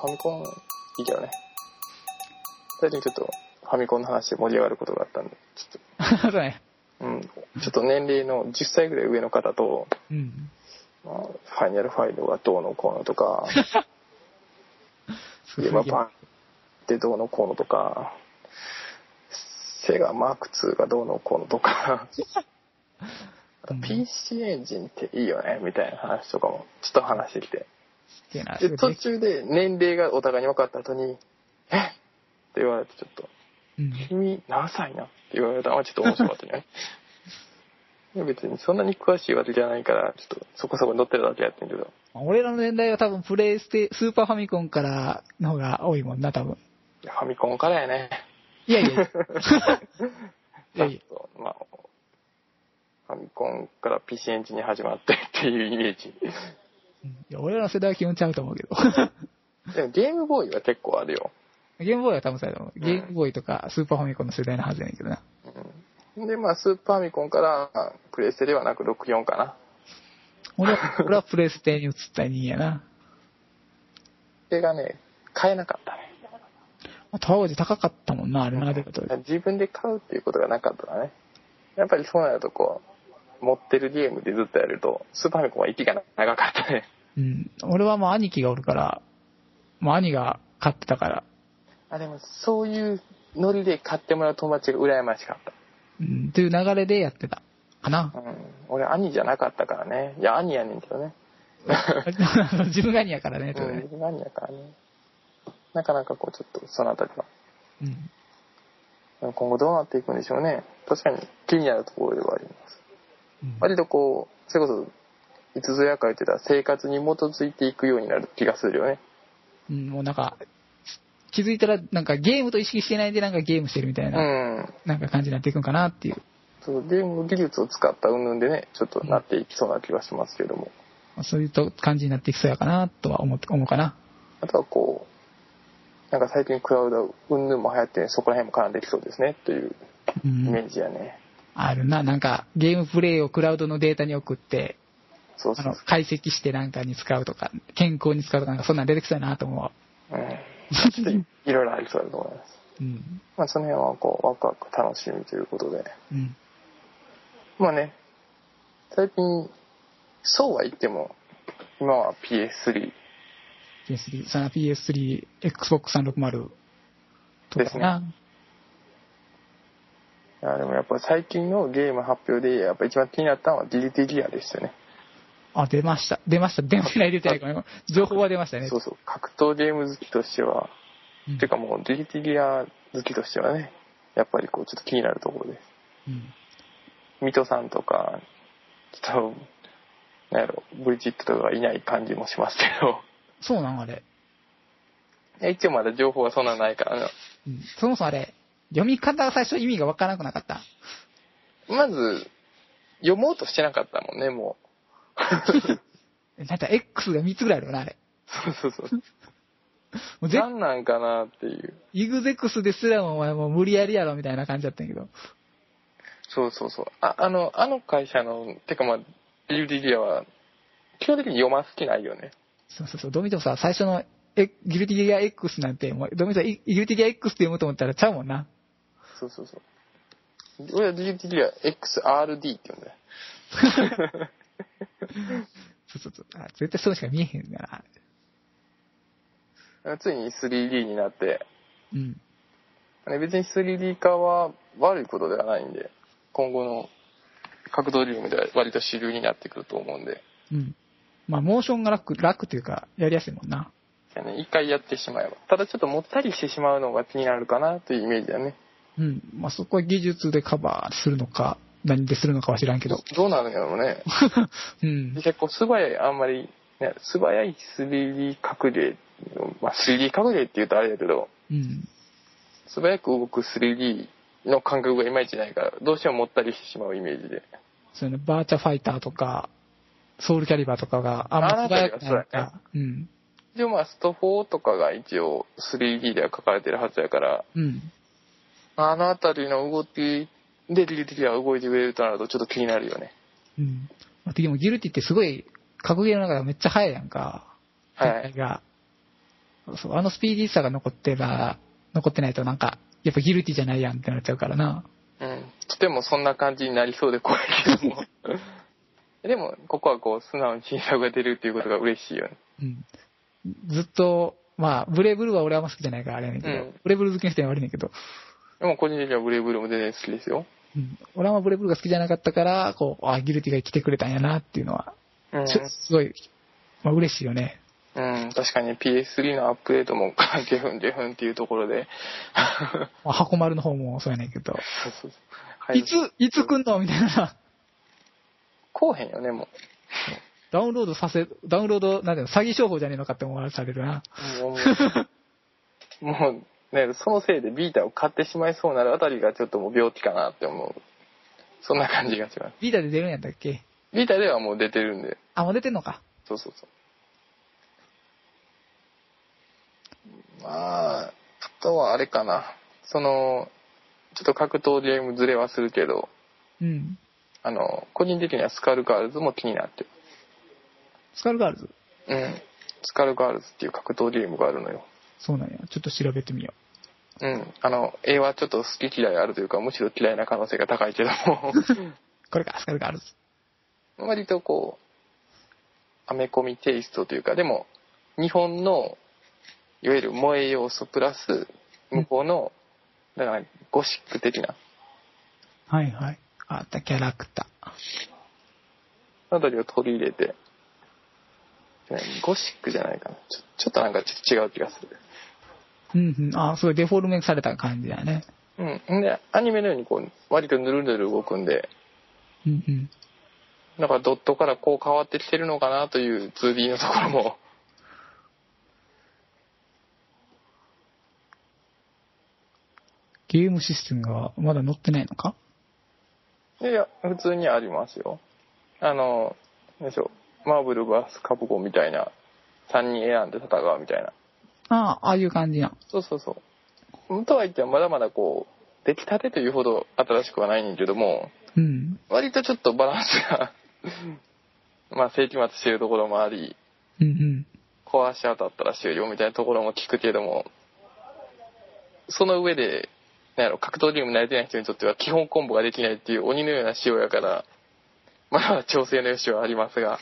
ファミコン、いいけどね。最近ちょっと、ファミコンの話で盛り上がることがあったんで、ちょっ そうだね。と、うん、ちょっと年齢の10歳ぐらい上の方と、うん。まあ、ファイナルファイトがどうのこうのと か、すゲーごムいパンってどうのこうのとか、セガマーク2がどうのこうのと か、あとうん PC エンジンっていいよね、みたいな話とかも、ちょっと話してきて。ってな。で、途中で年齢がお互いに分かった後に、えっって言われてちょっと、うん。君何歳なって言われたのはちょっと面白かったよね。いや別にそんなに詳しいわけじゃないから、ちょっとそこそこ乗ってるだけやってんけど。俺らの年代は多分プレイステ、スーパーファミコンからの方が多いもんな、多分。いやファミコンからやね。いや いや。いまやあいやまあ、ファミコンから PC エンジンに始まってっていうイメージ。うんいや俺らの世代は基本ちゃうと思うけど。 でもゲームボーイは結構あるよ。ゲームボーイは多分そうやと思う。ゲームボーイとかスーパーファミコンの世代のはずやねんけどな。うん、で、まあ、スーパーファミコンからプレステではなく64かな。俺は、俺はプレイステに移った人間やな。それがね、買えなかったね。当時高かったもんな、あれな、でもと。自分で買うっていうことがなかったらねやっぱりそうなるとこう持ってるゲームでずっとやるとスーパーファミコンは息が長かったねうん。俺はもう兄貴がおるから、もう兄が買ってたから、あでもそういうノリで買ってもらう友達が羨ましかっうん、という流れでやってた。かなた、う。ん、俺兄じゃなかったからねいや兄やねんけどね 自分が兄やからね、とうんね。自分が兄やからねなかなかこうちょっとそのあたりはうん。でも今後どうなっていくんでしょうね確かに気になるところではありますうん割とこうそれこそいつぞやか言ってた生活に基づいていくようになる気がするよねうん、もうなんか、気づいたら、なんかゲームと意識してないでなんかゲームしてるみたいうな、んなんか感じになっていくんかなっていう。そうゲームの技術を使った云々でねちょっとなっていきそうな気がしますけども、そういうと感じになっていきそうやかな、とは思って、思うかな。あとはこうなんか最近クラウド云々も流行ってそこら辺も絡んできそうですねといううイメん。ージやね、あるな、なんか、ゲームプレイをクラウドのデータに送って、そうそあうの、解析してなんかに使うとか、健康に使うとか、なんかそんなん出てきそうやなと思そう、うん、 いろいろありそうだと思います、う。うん。まあ、その辺はこうワクワク楽しみということでうん。まあね最近そうは言っても今は PS3 PS3、その PS3、Xbox 360とかかな。いやでもやっぱ最近のゲーム発表でやっぱ一番気になったのは DT ギアでしたねあ、出ました。出ました。出ました。出てない。ごめんごめん情報は出ましたね。そうそう格闘ゲーム好きとしてはうんていうかもう、ディギティギア好きとしてはね、やっぱりこう、ちょっと気になるところです。うんミトさんとか、ちょっと、なんやろ、ブリジットとかがいない感じもしますけどそうなん、あれ。いや、一応まだ情報はそんなないからなうんそもそもあれ、読み方が最初意味がわからなくなかった。まず、読もうとしてなかったもんね、もう。なんか X が3つぐらいあるよな、あれ。そうそうそう。もうぜ何なんかなっていう。イグゼクスですらもお前もう無理やりやろみたいな感じだったんやけど。そうそうそう。あ、あの、あの会社の、てかまあ、ディギティギアは、基本的に読ます気ないよね。そうそうそう、どう見てもさ、最初のえギルティギア X なんて、もうどう見てもいギルティギア X って読むと思ったらちゃうもんな。そうそうそう。俺はディギティギア XRD って言うんだよ。そうそうそう。あ絶対そうしか見えへんから。ついに 3D になって、うん。ね別に 3D 化は悪いことではないんで、今後の格闘ゲームでは割と主流になってくると思うんで、うん。まあ、モーションが楽、楽っていうか、やりやすいもんな。じゃあね一回やってしまえば。ただちょっともったりしてしまうのが気になるかなというイメージだね。うん。まあ、そこは技術でカバーするのか、何でするのかは知らんけど。 どうなるんやろうね。うん。結構素早い、あんまり、ね、素早い 3D 格ゲー、まあ、3D 格ゲーって言うとあれだけど、うん。素早く動く 3D の感覚がいまいちないから、どうしてももったりしてしまうイメージで。そういうの、バーチャファイターとか、ソウルキャリバーとかがあんま素早くないのあなたか。うん。でもまあスト4とかが一応 3D では書かれてるはずやから、うん。あの辺りの動きでリルティは動いてくれるとなるとちょっと気になるよね。うん。まあ、でもギルティってすごい、格ゲーの中ではめっちゃ早いやんか。はい展開が。そう、あのスピーディーさが残ってば、残ってないとなんか、やっぱギルティじゃないやんってなっちゃうからな。うん。とてもそんな感じになりそうで怖いけども。 でも、ここはこう、素直に新作が出るっていうことが嬉しいよね。うん。ずっと、まあ、ブレイブルーは俺はあんま好きじゃないからあれやねんけど、うんブレイブルー好きな人には悪いねんけど、でも、個人的にはブレイブルーも全然好きですよ。うん。俺はまあブレイブルーが好きじゃなかったから、こう、あ、ギルティが来てくれたんやなっていうのは、うん。ちょすごい、まあ嬉しいよね。うん、確かに PS3 のアップデートも、ゲ フンゲフンっていうところで。 まあ箱丸の方もそうやねんけど、そうそうそう。いつ、いつ来んのみたいな。 こうへんよね、もダウンロードさせ、ダウンロード、なんていうの、詐欺商法じゃねえのかって思わされるな。う。もう、もうね、そのせいでビータを買ってしまいそうなるあたりがちょっともう病気かなって思う。そんな感じがします。ビータで出るんやったっけビータではもう出てるんで。あ、もう出てんのか。そうそうそう。まあ、あとはあれかな。その、ちょっと格闘ゲームずれはするけど、うん。あの、個人的にはスカルガールズも気になってる。スカルガールズうん。スカルガールズっていう格闘ゲームがあるのよ。そうなんや。ちょっと調べてみようん。あの、絵はちょっと好き嫌いあるというか、むしろ嫌いな可能性が高いけども、う。これか、スカルガールズ。割とこう、アメコミテイストというか、でも、日本の、いわゆる萌え要素プラス、向こうの、だから、ゴシック的な、はいはい。あった、キャラクター。あたりを取り入れて、ゴシックじゃないかな。ちょちょっとなんかちょっと違う気がする。うんうん。あ、すごいデフォルメされた感じだね。うん。んで、アニメのようにこう、割とぬるぬる動くんで、うんうん。なんかドットからこう変わってきてるのかなという 2D のところも。ゲームシステムがまだ載ってないのかいやいや、普通にありますよ。あの、なんでしょう、マーブル VS カプコンみたいな、3人選んで戦うみたいな。ああ、ああいう感じやん。そうそうそう。とはいってもまだまだこう、出来たてというほど新しくはないんだけども、うん。割とちょっとバランス が、まあ世紀末してるところもあり、うんうん。壊し当たったら終了みたいなところも聞くけども、その上で、なんやろ、格闘ゲーム慣れてない人にとっては基本コンボができないっていう鬼のような仕様やから、まだまだ調整の余地はありますが、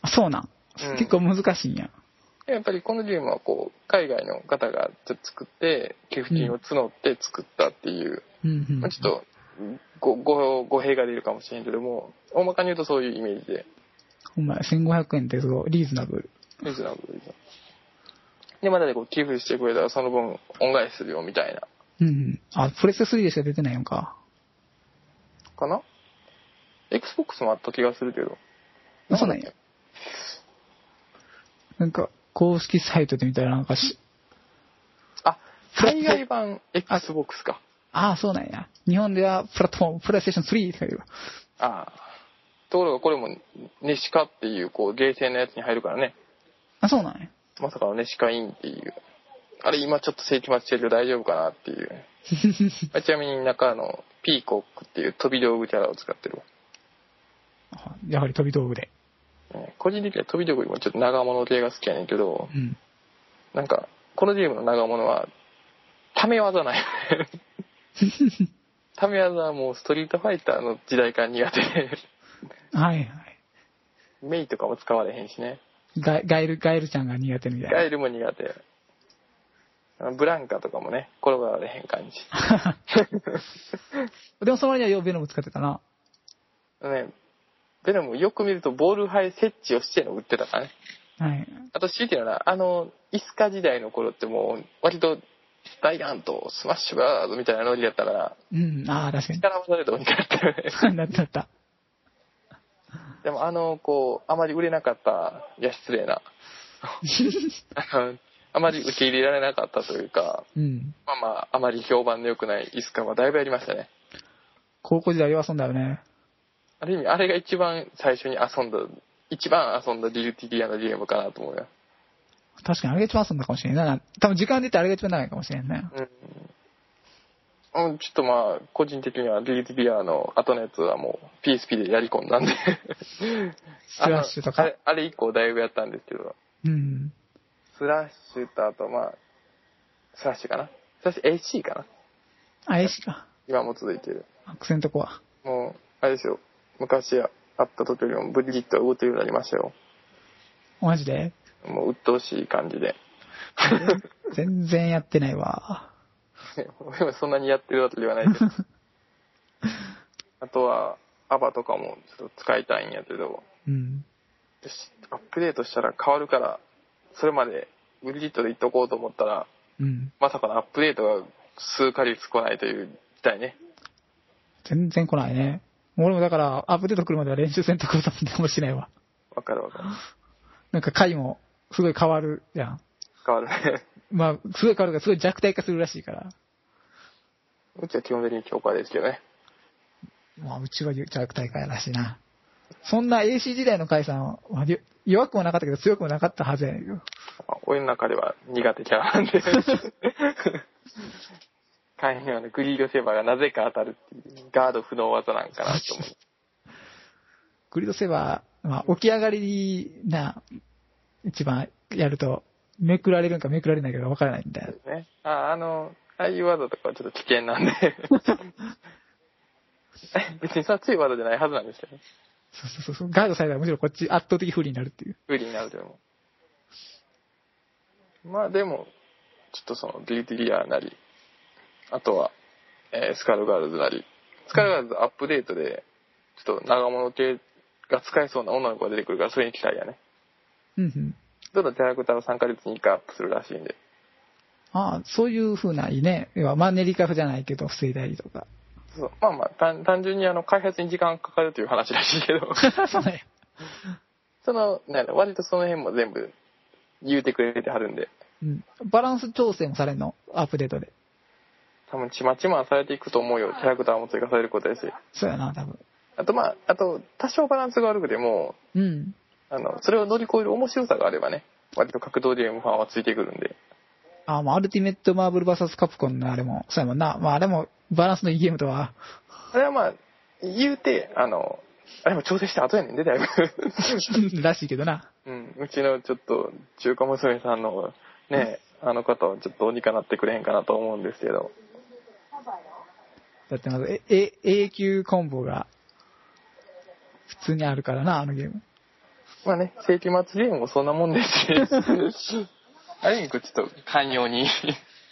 あ、そうなんうん。結構難しいんや。やっぱりこのゲームはこう、海外の方がちょっと作って、寄付金を募って作ったっていう、うんうん。まあちょっと、ご、ご、語弊が出るかもしれんけども、大まかに言うとそういうイメージで、ほんまや、1500円ってすごいリーズナブル。リーズナブルですよで、まだでこう寄付してくれたらその分恩返しするよみたいな。うんうん。あ、プレステ3でしか出てないのか。かな ?Xbox もあった気がするけど。あそうなんや。なんか、公式サイトで見たらなんかし、あ、海外版 Xbox か。ああ、そうなんや。日本ではプラットフォーム、プレイステーション3とか言うわ。ああ。ところがこれも、ネシカっていう、こう、ゲーセンのやつに入るからね。あ、そう なんや。まさかのネシカインっていう。あれ、今ちょっと世紀末してるけど大丈夫かなっていう。あちなみに中のピーコックっていう飛び道具キャラを使ってるわ。あやはり飛び道具で。ね個人的には飛び道具よりもちょっと長物系が好きやねんけどう、ん。なんか、このゲームの長物は、ため技ない。ため技はもうストリートファイターの時代から苦手で、はいはい。メイとかも使われへんしね。ガガエル、ガエルちゃんが苦手みたいな。ガイルも苦手。ブランカとかもね、転がられへん感じ。 でもその割にはようベノム使ってたな。ね、ベノムよく見るとボールハイ設置をしての売ってたからね。はい。あと、強いて言うなら、あの、イスカ時代の頃ってもう、割と、大乱闘、スマッシュブラザーズみたいなノリだったから、うん、ああ、確かに。力技でどうにかやったよね。なったなった。でもあの、こう、あまり売れなかった、いや、失礼な。 あのあまり受け入れられなかったというか、うん。まあまあ、あまり評判の良くないイスカはだいぶやりましたね。高校時代よう遊んだよね。ある意味、あれが一番最初に遊んだ、一番遊んだ DUTDA のゲームかなと思うよ。確かにあれが一番遊んだかもしれんないな。多分時間で言ってあれが一番長いかもしれんね。うん。うん、ちょっとまあ、個人的には DUTDA の後のやつはもう PSP でやり込んだんで。スラッシュとあかのあ。れ、あれ以降だいぶやったんですけど。うん。スラッシュと、あと、まあ、スラッシュかな。スラッシュ AC かな。あ、AC か。今も続いてる。苦戦とこは。もう、あれですよ。昔あった時よりもブリギットは動けるようになりましたよ。マジでもう、鬱陶しい感じで。 全然やってないわ。でもそんなにやってるわけではないけど。あとは、アバとかもちょっと使いたいんやけど、うん。よしアップデートしたら変わるから、それまでブリギットでいっとこうと思ったら、うん。まさかのアップデートが数ヶ月来ないという事態ね。全然来ないね。俺もだから、アップデート来るまでは練習せんとこうと思ってかもしれないわ。わかるわかる。なんか回も、すごい変わるじゃん。変わるね。まあ、すごい変わるから、すごい弱体化するらしいから。うちは基本的に強化ですけどね。まあ、うちは弱体化やらしいな。そんな AC 時代の解散は、まあよ弱くもなかったけど強くもなかったはずやねんけど。まあ俺の中では苦手キャラなんで。 肝炎のグリードセーバーがなぜか当たるっていうガード不能技なんかなと思う。グリードセーバー、まあ、起き上がりな、一番やると、めくられるんかめくられないかがわからないんだよ。ね。あ、あの、ああいう技とかはちょっと危険なんで。別にさ、強い技じゃないはずなんですよね。そうそうそうそう。ガードされたらむしろこっち圧倒的不利になるっていう。不利になるでも。まあでも、ちょっとその、デューティリアなり、あとは、えースカルガールズなり、スカルガールズアップデートで、ちょっと長物系が使えそうな女の子が出てくるから、それに期待やね。うんうん。どんどんキャラクターを3ヶ月に1回アップするらしいんで。ああ、そういう風ないいね。要はマンネリ化じゃないけど、防いだりとか。 そうまあまあ、単単純にあの、開発に時間かかるという話らしいけど。 そうなんや。その、なんだ割とその辺も全部言うてくれてはるんで、うん。バランス調整もされんのアップデートで。多分ちまちまされていくと思うよ。キャラクターも追加されることやし。そうやな、多分。あとまあ、あと、多少バランスが悪くても、うん。あの、それを乗り越える面白さがあればね、割と格闘ゲームファンはついてくるんで。ああ、まあ、アルティメットマーブル VS カプコンのあれも、そうやもんな。まあ、あれも、バランスのいいゲームとは、 あれはまあ、言うて、あの、あれも調整した後やねんで、だいぶ。らしいけどな。うん、うちのちょっと、中華娘さんの、ね、あの方はちょっとどうにかなってくれへんかなと思うんですけど。だってまず、え、え、永久コンボが、普通にあるからな、あのゲーム。まあね、世紀末ゲームもそんなもんです し、ある意味、こうちょっと寛容に。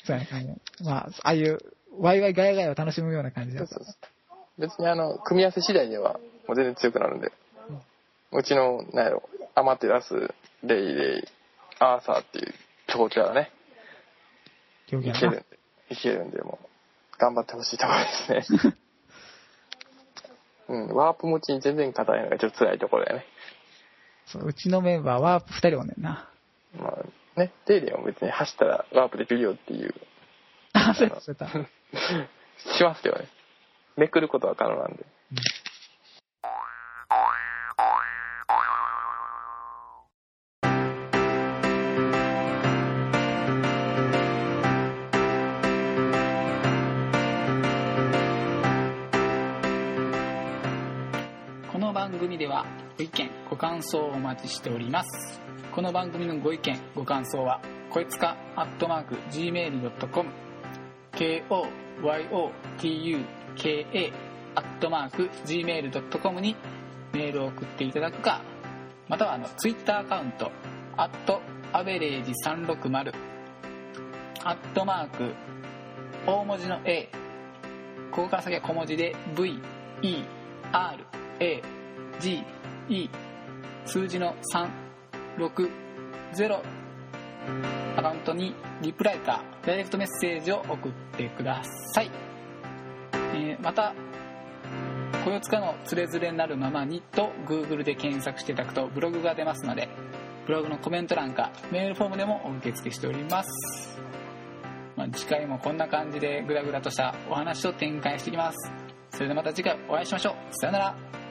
そうやな、感じ。まあ、ああいう、ワイワイガヤガヤを楽しむような感じだそうよ。そうそう別にあの、組み合わせ次第では、もう全然強くなるんで。うちの、なんやろ、アマテラス、レイレイ、アーサーっていう強キャラね、競技いやけるんな。で、いけるんで、もう、頑張ってほしいところです ね。うん、ワープ持ちに全然勝たないのがちょっと辛いところだよね。そう、うちのメンバーは二人おんねんな。まあね、レイレイも別に走ったらワープできるよっていうあ、 そうやったそうやった。しますよね。めくることは可能なんで。この番組ではご意見ご感想をお待ちしておりますこの番組のご意見ご感想はこいつか gmail.com k-o-y-o-t-u-k-a gmail.com にメールを送っていただくかまたはあのツイッターアカウントアットアベレージ360アットマーク大文字の A ここから先は小文字で VERAGE 数字の360アカウントにリプライかダイレクトメッセージを送ってください、えーまた「こよつかのつれづれになるままに」と Google で検索していただくとブログが出ますのでブログのコメント欄かメールフォームでもお受け付けしておりますまあ、次回もこんな感じでグダグダとしたお話を展開していきますそれではまた次回お会いしましょうさよなら